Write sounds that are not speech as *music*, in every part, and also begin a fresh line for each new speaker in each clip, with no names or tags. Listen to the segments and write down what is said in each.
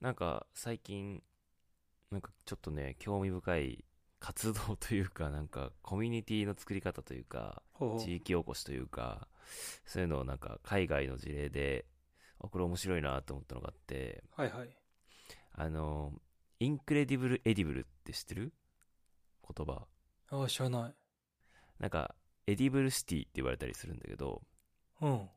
なんか最近、なんかちょっとね、興味深い活動というか、 *laughs* なんかコミュニティの作り方というか、
ほう
地域おこしというか、そういうのをなんか海外の事例で、あこれ面白いなと思ったのがあって、
はいはい。
あの、インクレディブル・エディブルって知ってる言葉。
ああ、知らない。
なんか、エディブルシティって言われたりするんだけど、
うん。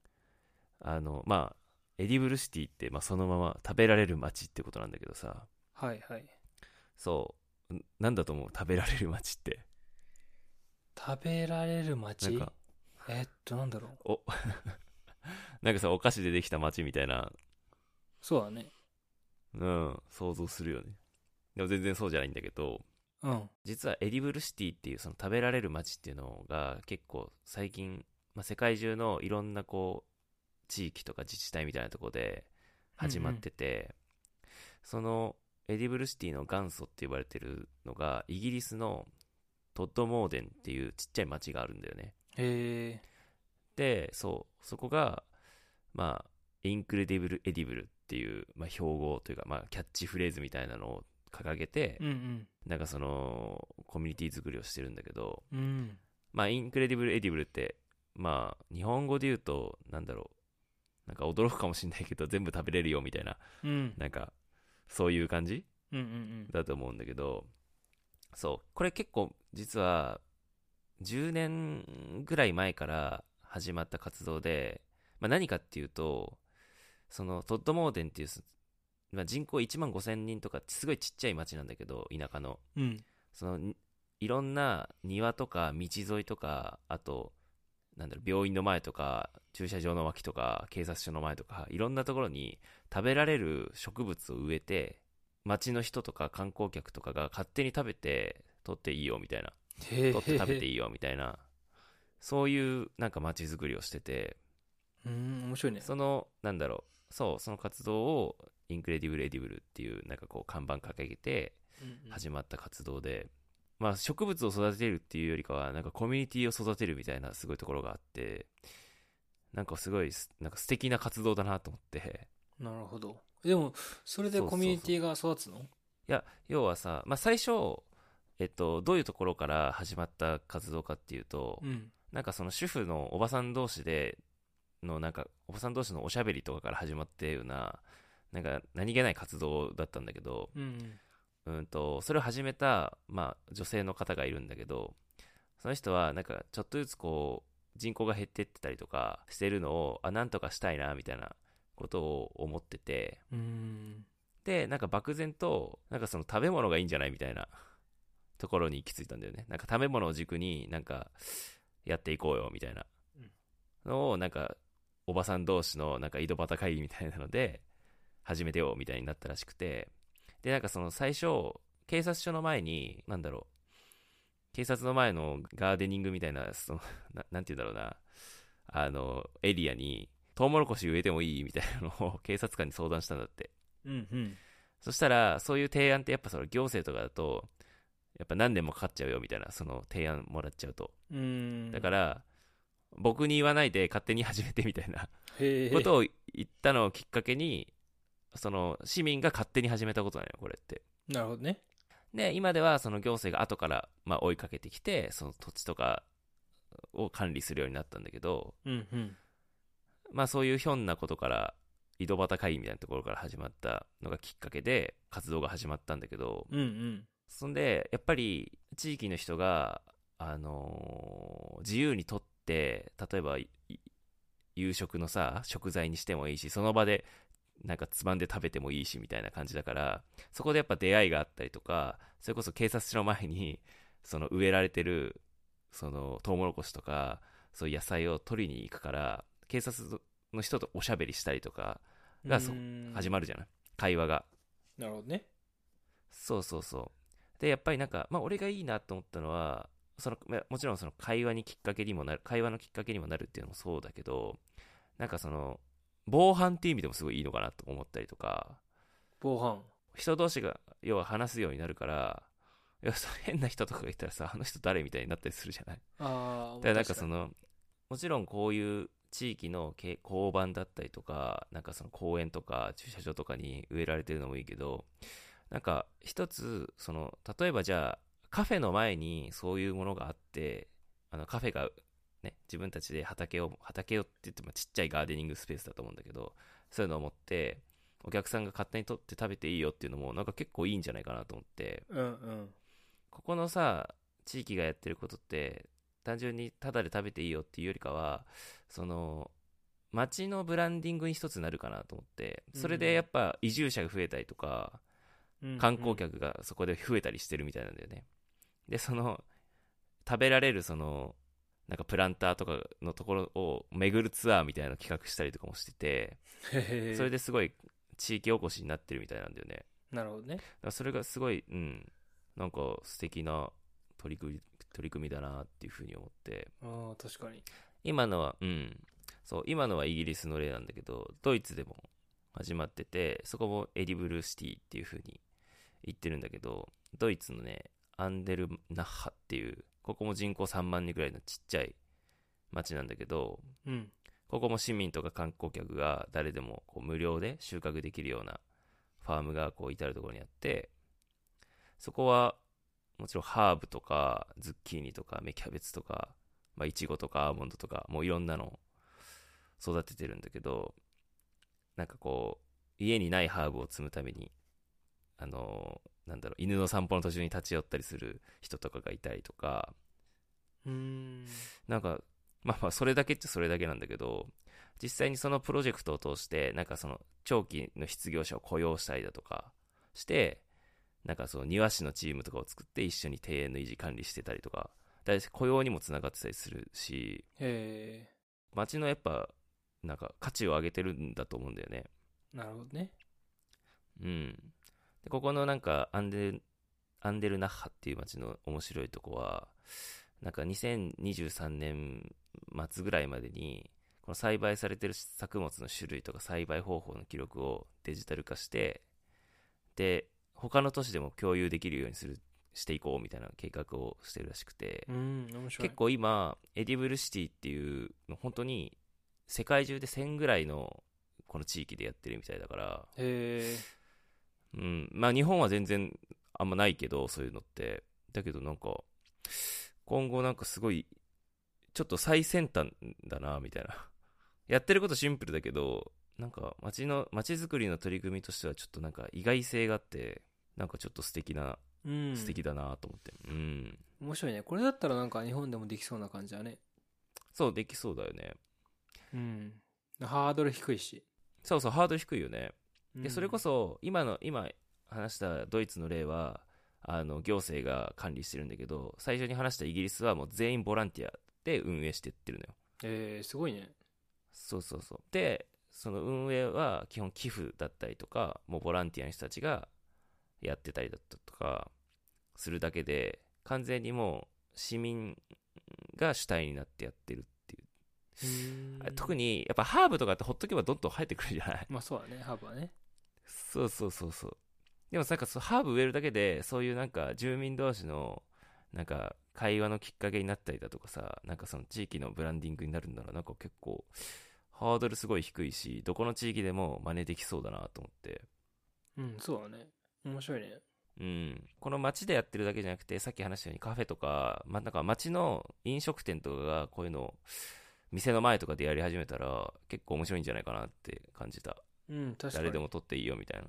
あの、まあ、エディブルシティって、まあ、そのまま食べられる街ってことなんだけどさ、
はいはい。
そう、んなんだと思う食べられる街って。
食べられる
な
街
んか、
えっと、なんだろう。
お、 *laughs* なんかさ、お菓子でできた街みたいな、
そうだね。
うん、想像するよね。でも全然そうじゃないんだけど、
うん。
実はエディブルシティっていうその食べられる街っていうのが結構最近、まあ、世界中のいろんなこう地域とか自治体みたいなところで始まってて、そのエディブルシティの元祖って呼ばれてるのがイギリスのトッドモーデンっていうちっちゃい町があるんだよね
へえ。
でそうそこがまあインクレディブル・エディブルっていう、まあ、標語というか、まあ、キャッチフレーズみたいなのを掲げて、
うん
なんかそのコミュニティ作りをしてるんだけど
うん。うん。
まあ、インクレディブル・エディブルって、まあ、日本語で言うと、なんだろう、なんか驚くかもしれないけど、全部食べれるよみたいな、
うん。うん
なんか、そういう感じ
うんうん。
だと思うんだけど、そう、これ結構、実は、10年ぐらい前から始まった活動で、まあ、何かっていうと、その、トッドモーデンっていうす、まあ、人口1万5000人とか、すごいちっちゃい町なんだけど、田舎の。
うん。
そのにいろんな庭とか道沿いとかあとなんだろう病院の前とか駐車場の脇とか警察署の前とかいろんなところに食べられる植物を植えて町の人とか観光客とかが勝手に食べて取っていいよみたいな
へえ。
取って食べて
い。
いいよみたいなそういうなんか町づくりをしてて
うん、面白いね。
そのなんだろうそうその活動をインクレディブルエディブルっていうなんかこう看板掲げて
うん
始まった活動で、まあ、植物を育てるっていうよりかはなんかコミュニティを育てるみたいなすごいところがあってなんかすごいすなんか素敵な活動だなと思って
なるほど。でも、それでコミュニティが育つの
いや要はさ、まあ、最初、えっと、どういうところから始まった活動かっていうと、
うん。
なんかその主婦のおばさん同士でのなんかおばさん同士のおしゃべりとかから始まったようななんか何気ない活動だったんだけど、
うん
うんと、それを始めた、まあ、女性の方がいるんだけど、その人は、なんか、ちょっとずつこう、人口が減ってってたりとかしてるのを、あ、なんとかしたいな、みたいなことを思ってて、
うん。うん。
で、なんか漠然と、なんかその食べ物がいいんじゃないみたいなところに行き着いたんだよね。なんか食べ物を軸になんかやっていこうよみたいな
うん
のを、なんかおばさん同士のなんか井戸端会議みたいなので始めてよみたいになったらしくて。で、なんかその最初、警察署の前に、なんだろう、警察の前のガーデニングみたいな、その、ななんて言うんだろうな、あの、エリアに、トウモロコシ植えてもいいみたいなのを警察官に相談したんだって。
うん。うん。
そしたら、そういう提案ってやっぱその行政とかだと、やっぱ何年もかかっちゃうよみたいな、その提案もらっちゃうと。
うん。
だから、僕に言わないで勝手に始めてみたいな
ら、 *laughs* へえ。
ことを言ったのをきっかけに、その市民が勝手に始めたことなのよ、これって。
なるほどね。
で、今ではその行政が後から、まあ、追いかけてきて、その土地とかを管理するようになったんだけど、
うんうん。
まあそういうひょんなことから、井戸端会議みたいなところから始まったのがきっかけで活動が始まったんだけど、
うんうん。
そんで、やっぱり地域の人が、あのー自由にとって、例えばいい夕食のさ、食材にしてもいいし、その場でなんかつまんで食べてもいいしみたいな感じだから、そこでやっぱ出会いがあったりとか、それこそ警察署の前に、その植えられてる、そのトウモロコシとか、そういう野菜を取りに行くから、警察の人とおしゃべりしたりとか、がそう始
ま
まるじゃない、会話が。
なるほどね。
そうそうそう。で、やっぱりなんか、まあ、俺がいいなと思ったのは、そのまあもちろんその会話にきっかけにもなる、会話のきっかけにもなるっていうのもそうだけど、なんかその、防犯っていう意味でもすごいいいのかなと思ったりとか、
防犯。
人同士が、要は話すようになるから、要はその変な人とかがいたらさ、あの人誰みたいになったりするじゃない
ああ、
だからなんかそ
の、
のもちろんこういう地域のけ交番だったりとか、なんかその公園とか駐車場とかに植えられてるのもいいけど、なんか一つ、その、例えばじゃあ、カフェの前にそういうものがあって、あのカフェが、ね、自分たちで畑を、畑をって言ってもちっちゃいガーデニングスペースだと思うんだけど、そういうのを持って、お客さんが勝手に取って食べていいよっていうのも、なんか結構いいんじゃないかなと思って、
うんうん。
ここのさ、地域がやってることって、単純にタダで食べていいよっていうよりかはその町のブランディングに一つなるかなと思ってそれでやっぱ移住者が増えたりとか、うん、観光客がそこで増えたりしてるみたいなんだよね、うん、でその食べられるそのなんかプランターとかのところを巡るツアーみたいなの企画したりとかもしててそれですごい地域おこしになってるみたいなんだよね
なるほどね
それがすごいうんなんか素敵な取り組み取り組みだなっていうふうに思って
あ確かに
今のはうんそう今のはイギリスの例なんだけどドイツでも始まっててそこもエディブルシティっていうふうに言ってるんだけどドイツのねアンデルナッハっていうここも人口3万人ぐらいのちっちゃい町なんだけど、
うん、
ここも市民とか観光客が誰でもこう無料で収穫できるようなファームがこう至る所にあってそこはもちろんハーブとかズッキーニとか芽キャベツとかいちごとかアーモンドとかもういろんなの育ててるんだけどなんかこう家にないハーブを摘むためにあのー、なんだろう犬の散歩の途中に立ち寄ったりする人とかがいたりとか
うん
なんかまあまあそれだけっちゃそれだけなんだけど実際にそのプロジェクトを通してなんかその長期の失業者を雇用したりだとかしてなんかその庭師のチームとかを作って一緒に庭園の維持管理してたりとか、だ雇用にもつながってたりするし、町のやっぱ、なんか価値を上げてるんだと思うんだよね。
なるほどね。
うん。で、ここのなんかアンデル、アンデルナッハっていう町の面白いとこは、なんか2023年末ぐらいまでに、この栽培されてる作物の種類とか栽培方法の記録をデジタル化して、で、他の都市でも共有できるようにするしていこうみたいな計画をしてるらしくて、結構今エディブルシティっていうの本当に世界中で1000ぐらいのこの地域でやってるみたいだからうんまあ日本は全然あんまないけどそういうのってだけどなんか今後なんかすごいちょっと最先端だなみたいな *laughs* やってることシンプルだけどなんか街の街づくりの取り組みとしてはちょっとなんか意外性があってなんかちょっと素敵な、うん、素敵だなと思ってうん
面白いねこれだったらなんか日本でもできそうな感じだね
そうできそうだよね
うんハードル低いし
そうそうハードル低いよね、うん、でそれこそ今の今話したドイツの例はあの行政が管理してるんだけど最初に話したイギリスはもう全員ボランティアで運営してってるのよ
えー、すごいね
そうそうそうでその運営は基本寄付だったりとか、もうボランティアの人たちがやってたりだったとか、するだけで、完全にもう市民が主体になってやってるっていう。う特に、やっぱハーブとかってほっとけばどんどん生えてくるじゃない
まあそうだね、ハーブはね。
そうそうそうそう。でもなんかそハーブ植えるだけで、そういうなんか住民同士の、なんか会話のきっかけになったりだとかさ、なんかその地域のブランディングになるんなら、なんか結構、ハードルすごい低いし、どこの地域でも真似できそうだなと思って。
うん、そうだね。面白いね。
うん。この街でやってるだけじゃなくて、さっき話したようにカフェとか、まあ、なんか街の飲食店とかがこういうのを、店の前とかでやり始めたら、結構面白いんじゃないかなって感じた。
うん、確かに。
誰でも撮っていいよみたいな。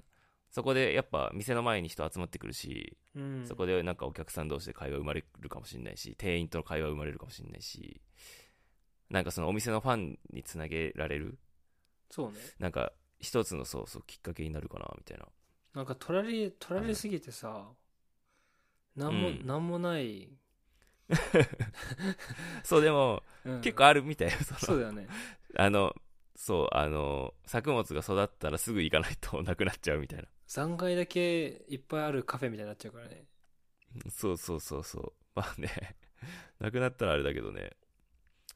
そこでやっぱ店の前に人集まってくるし、
うん、
そこでなんかお客さん同士で会話生まれるかもしれないし、店員との会話生まれるかもしれないし、なんかそのお店のファンにつなげられる
そうね
なんか一つのそうそうきっかけになるかなみたいな
なんか取られ取られすぎてさ、うん、なんも、うん、なんもない
そうでも、うん、結構あるみたい
そそうだよね
あのそうあの作物が育ったらすぐ行かないとなくなっちゃうみたいな
残骸だけいっぱいあるカフェみたいになっちゃうからね
そうそうそうそう *laughs* まあねなくなったらあれだけどね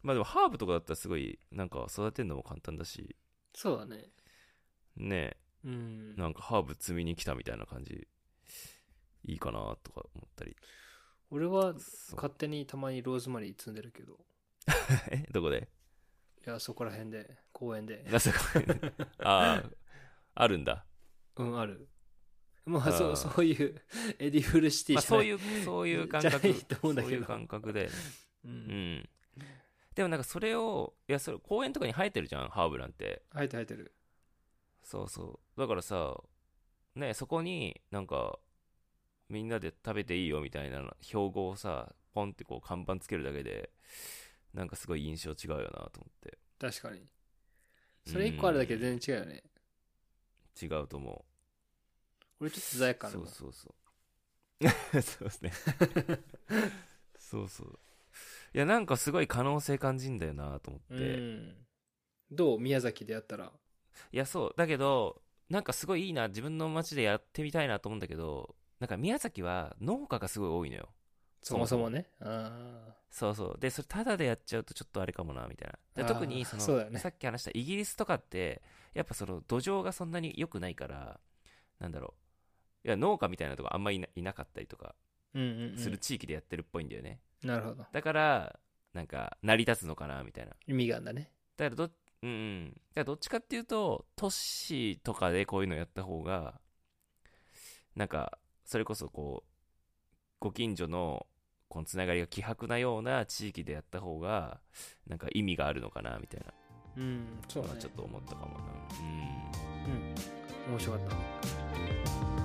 まあでもハーブとかだったらすごいなんか育てるのも簡単だし
そうだね
ね
えうん
なんかハーブ摘みに来たみたいな感じいいかなとか思ったり
俺は勝手にたまにローズマリー摘んでるけど
*laughs*
*laughs*
えどこで
いや、そこら辺で、公園で。
なぜか *laughs* あーあるんだ、
うん、ある。まあ、そ
あー
う、 *laughs* そういう、エディフルシティじゃ
ま
な
あ、そ
い。
ういうそういう感
じゃない
覚
と思うんだ
そう
け
いう
ど。
感覚で、
う。
うんん、でもなんかそれをいやそれ公園とかに生えてるじゃんハーブなんて
入って入ってる。
そうそうだからさねそこになんかみんなで食べていいよみたいな標語をさポンってこう看板つけるだけでなんかすごい印象違うよなと思って
確かに。それ一個あるだけで全然違うよね。
違うと思
俺ちょっと罪悪
う
感ある
そう
も
んそうそうそう *laughs* です
*laughs*
ねそうそういやなんかすごい可能性感じんだよなと思って、
うん。どう宮崎でやったら。
いやそうだけどなんかすごいいいな自分の街でやってみたいなと思うんだけどなんか宮崎は農家がすごい多いのよ
そもそもね。あ
そうそうでそれタダでやっちゃうとちょっとあれかもなみたいな
あー
で特にその
そうだよね
さっき話したイギリスとかってやっぱその土壌がそんなに良くないからなんだろういや農家みたいなとこあんまりいないなかったりとか
あ。うんうん、うん。
する地域でやってるっぽいんだよね、
なるほど。
だからなんか成り立つのかなみたいな
意味があるんだね。
だからど,、うんうん、だからどっちかっていうと都市とかでこういうのやった方がなんかそれこそこうご近所のこのつながりが希薄なような地域でやった方がなんか意味があるのかなみたいな
うん、そう
の
だ
は
ね
ちょっ。と思ったかもな、うん
うん。面白かった。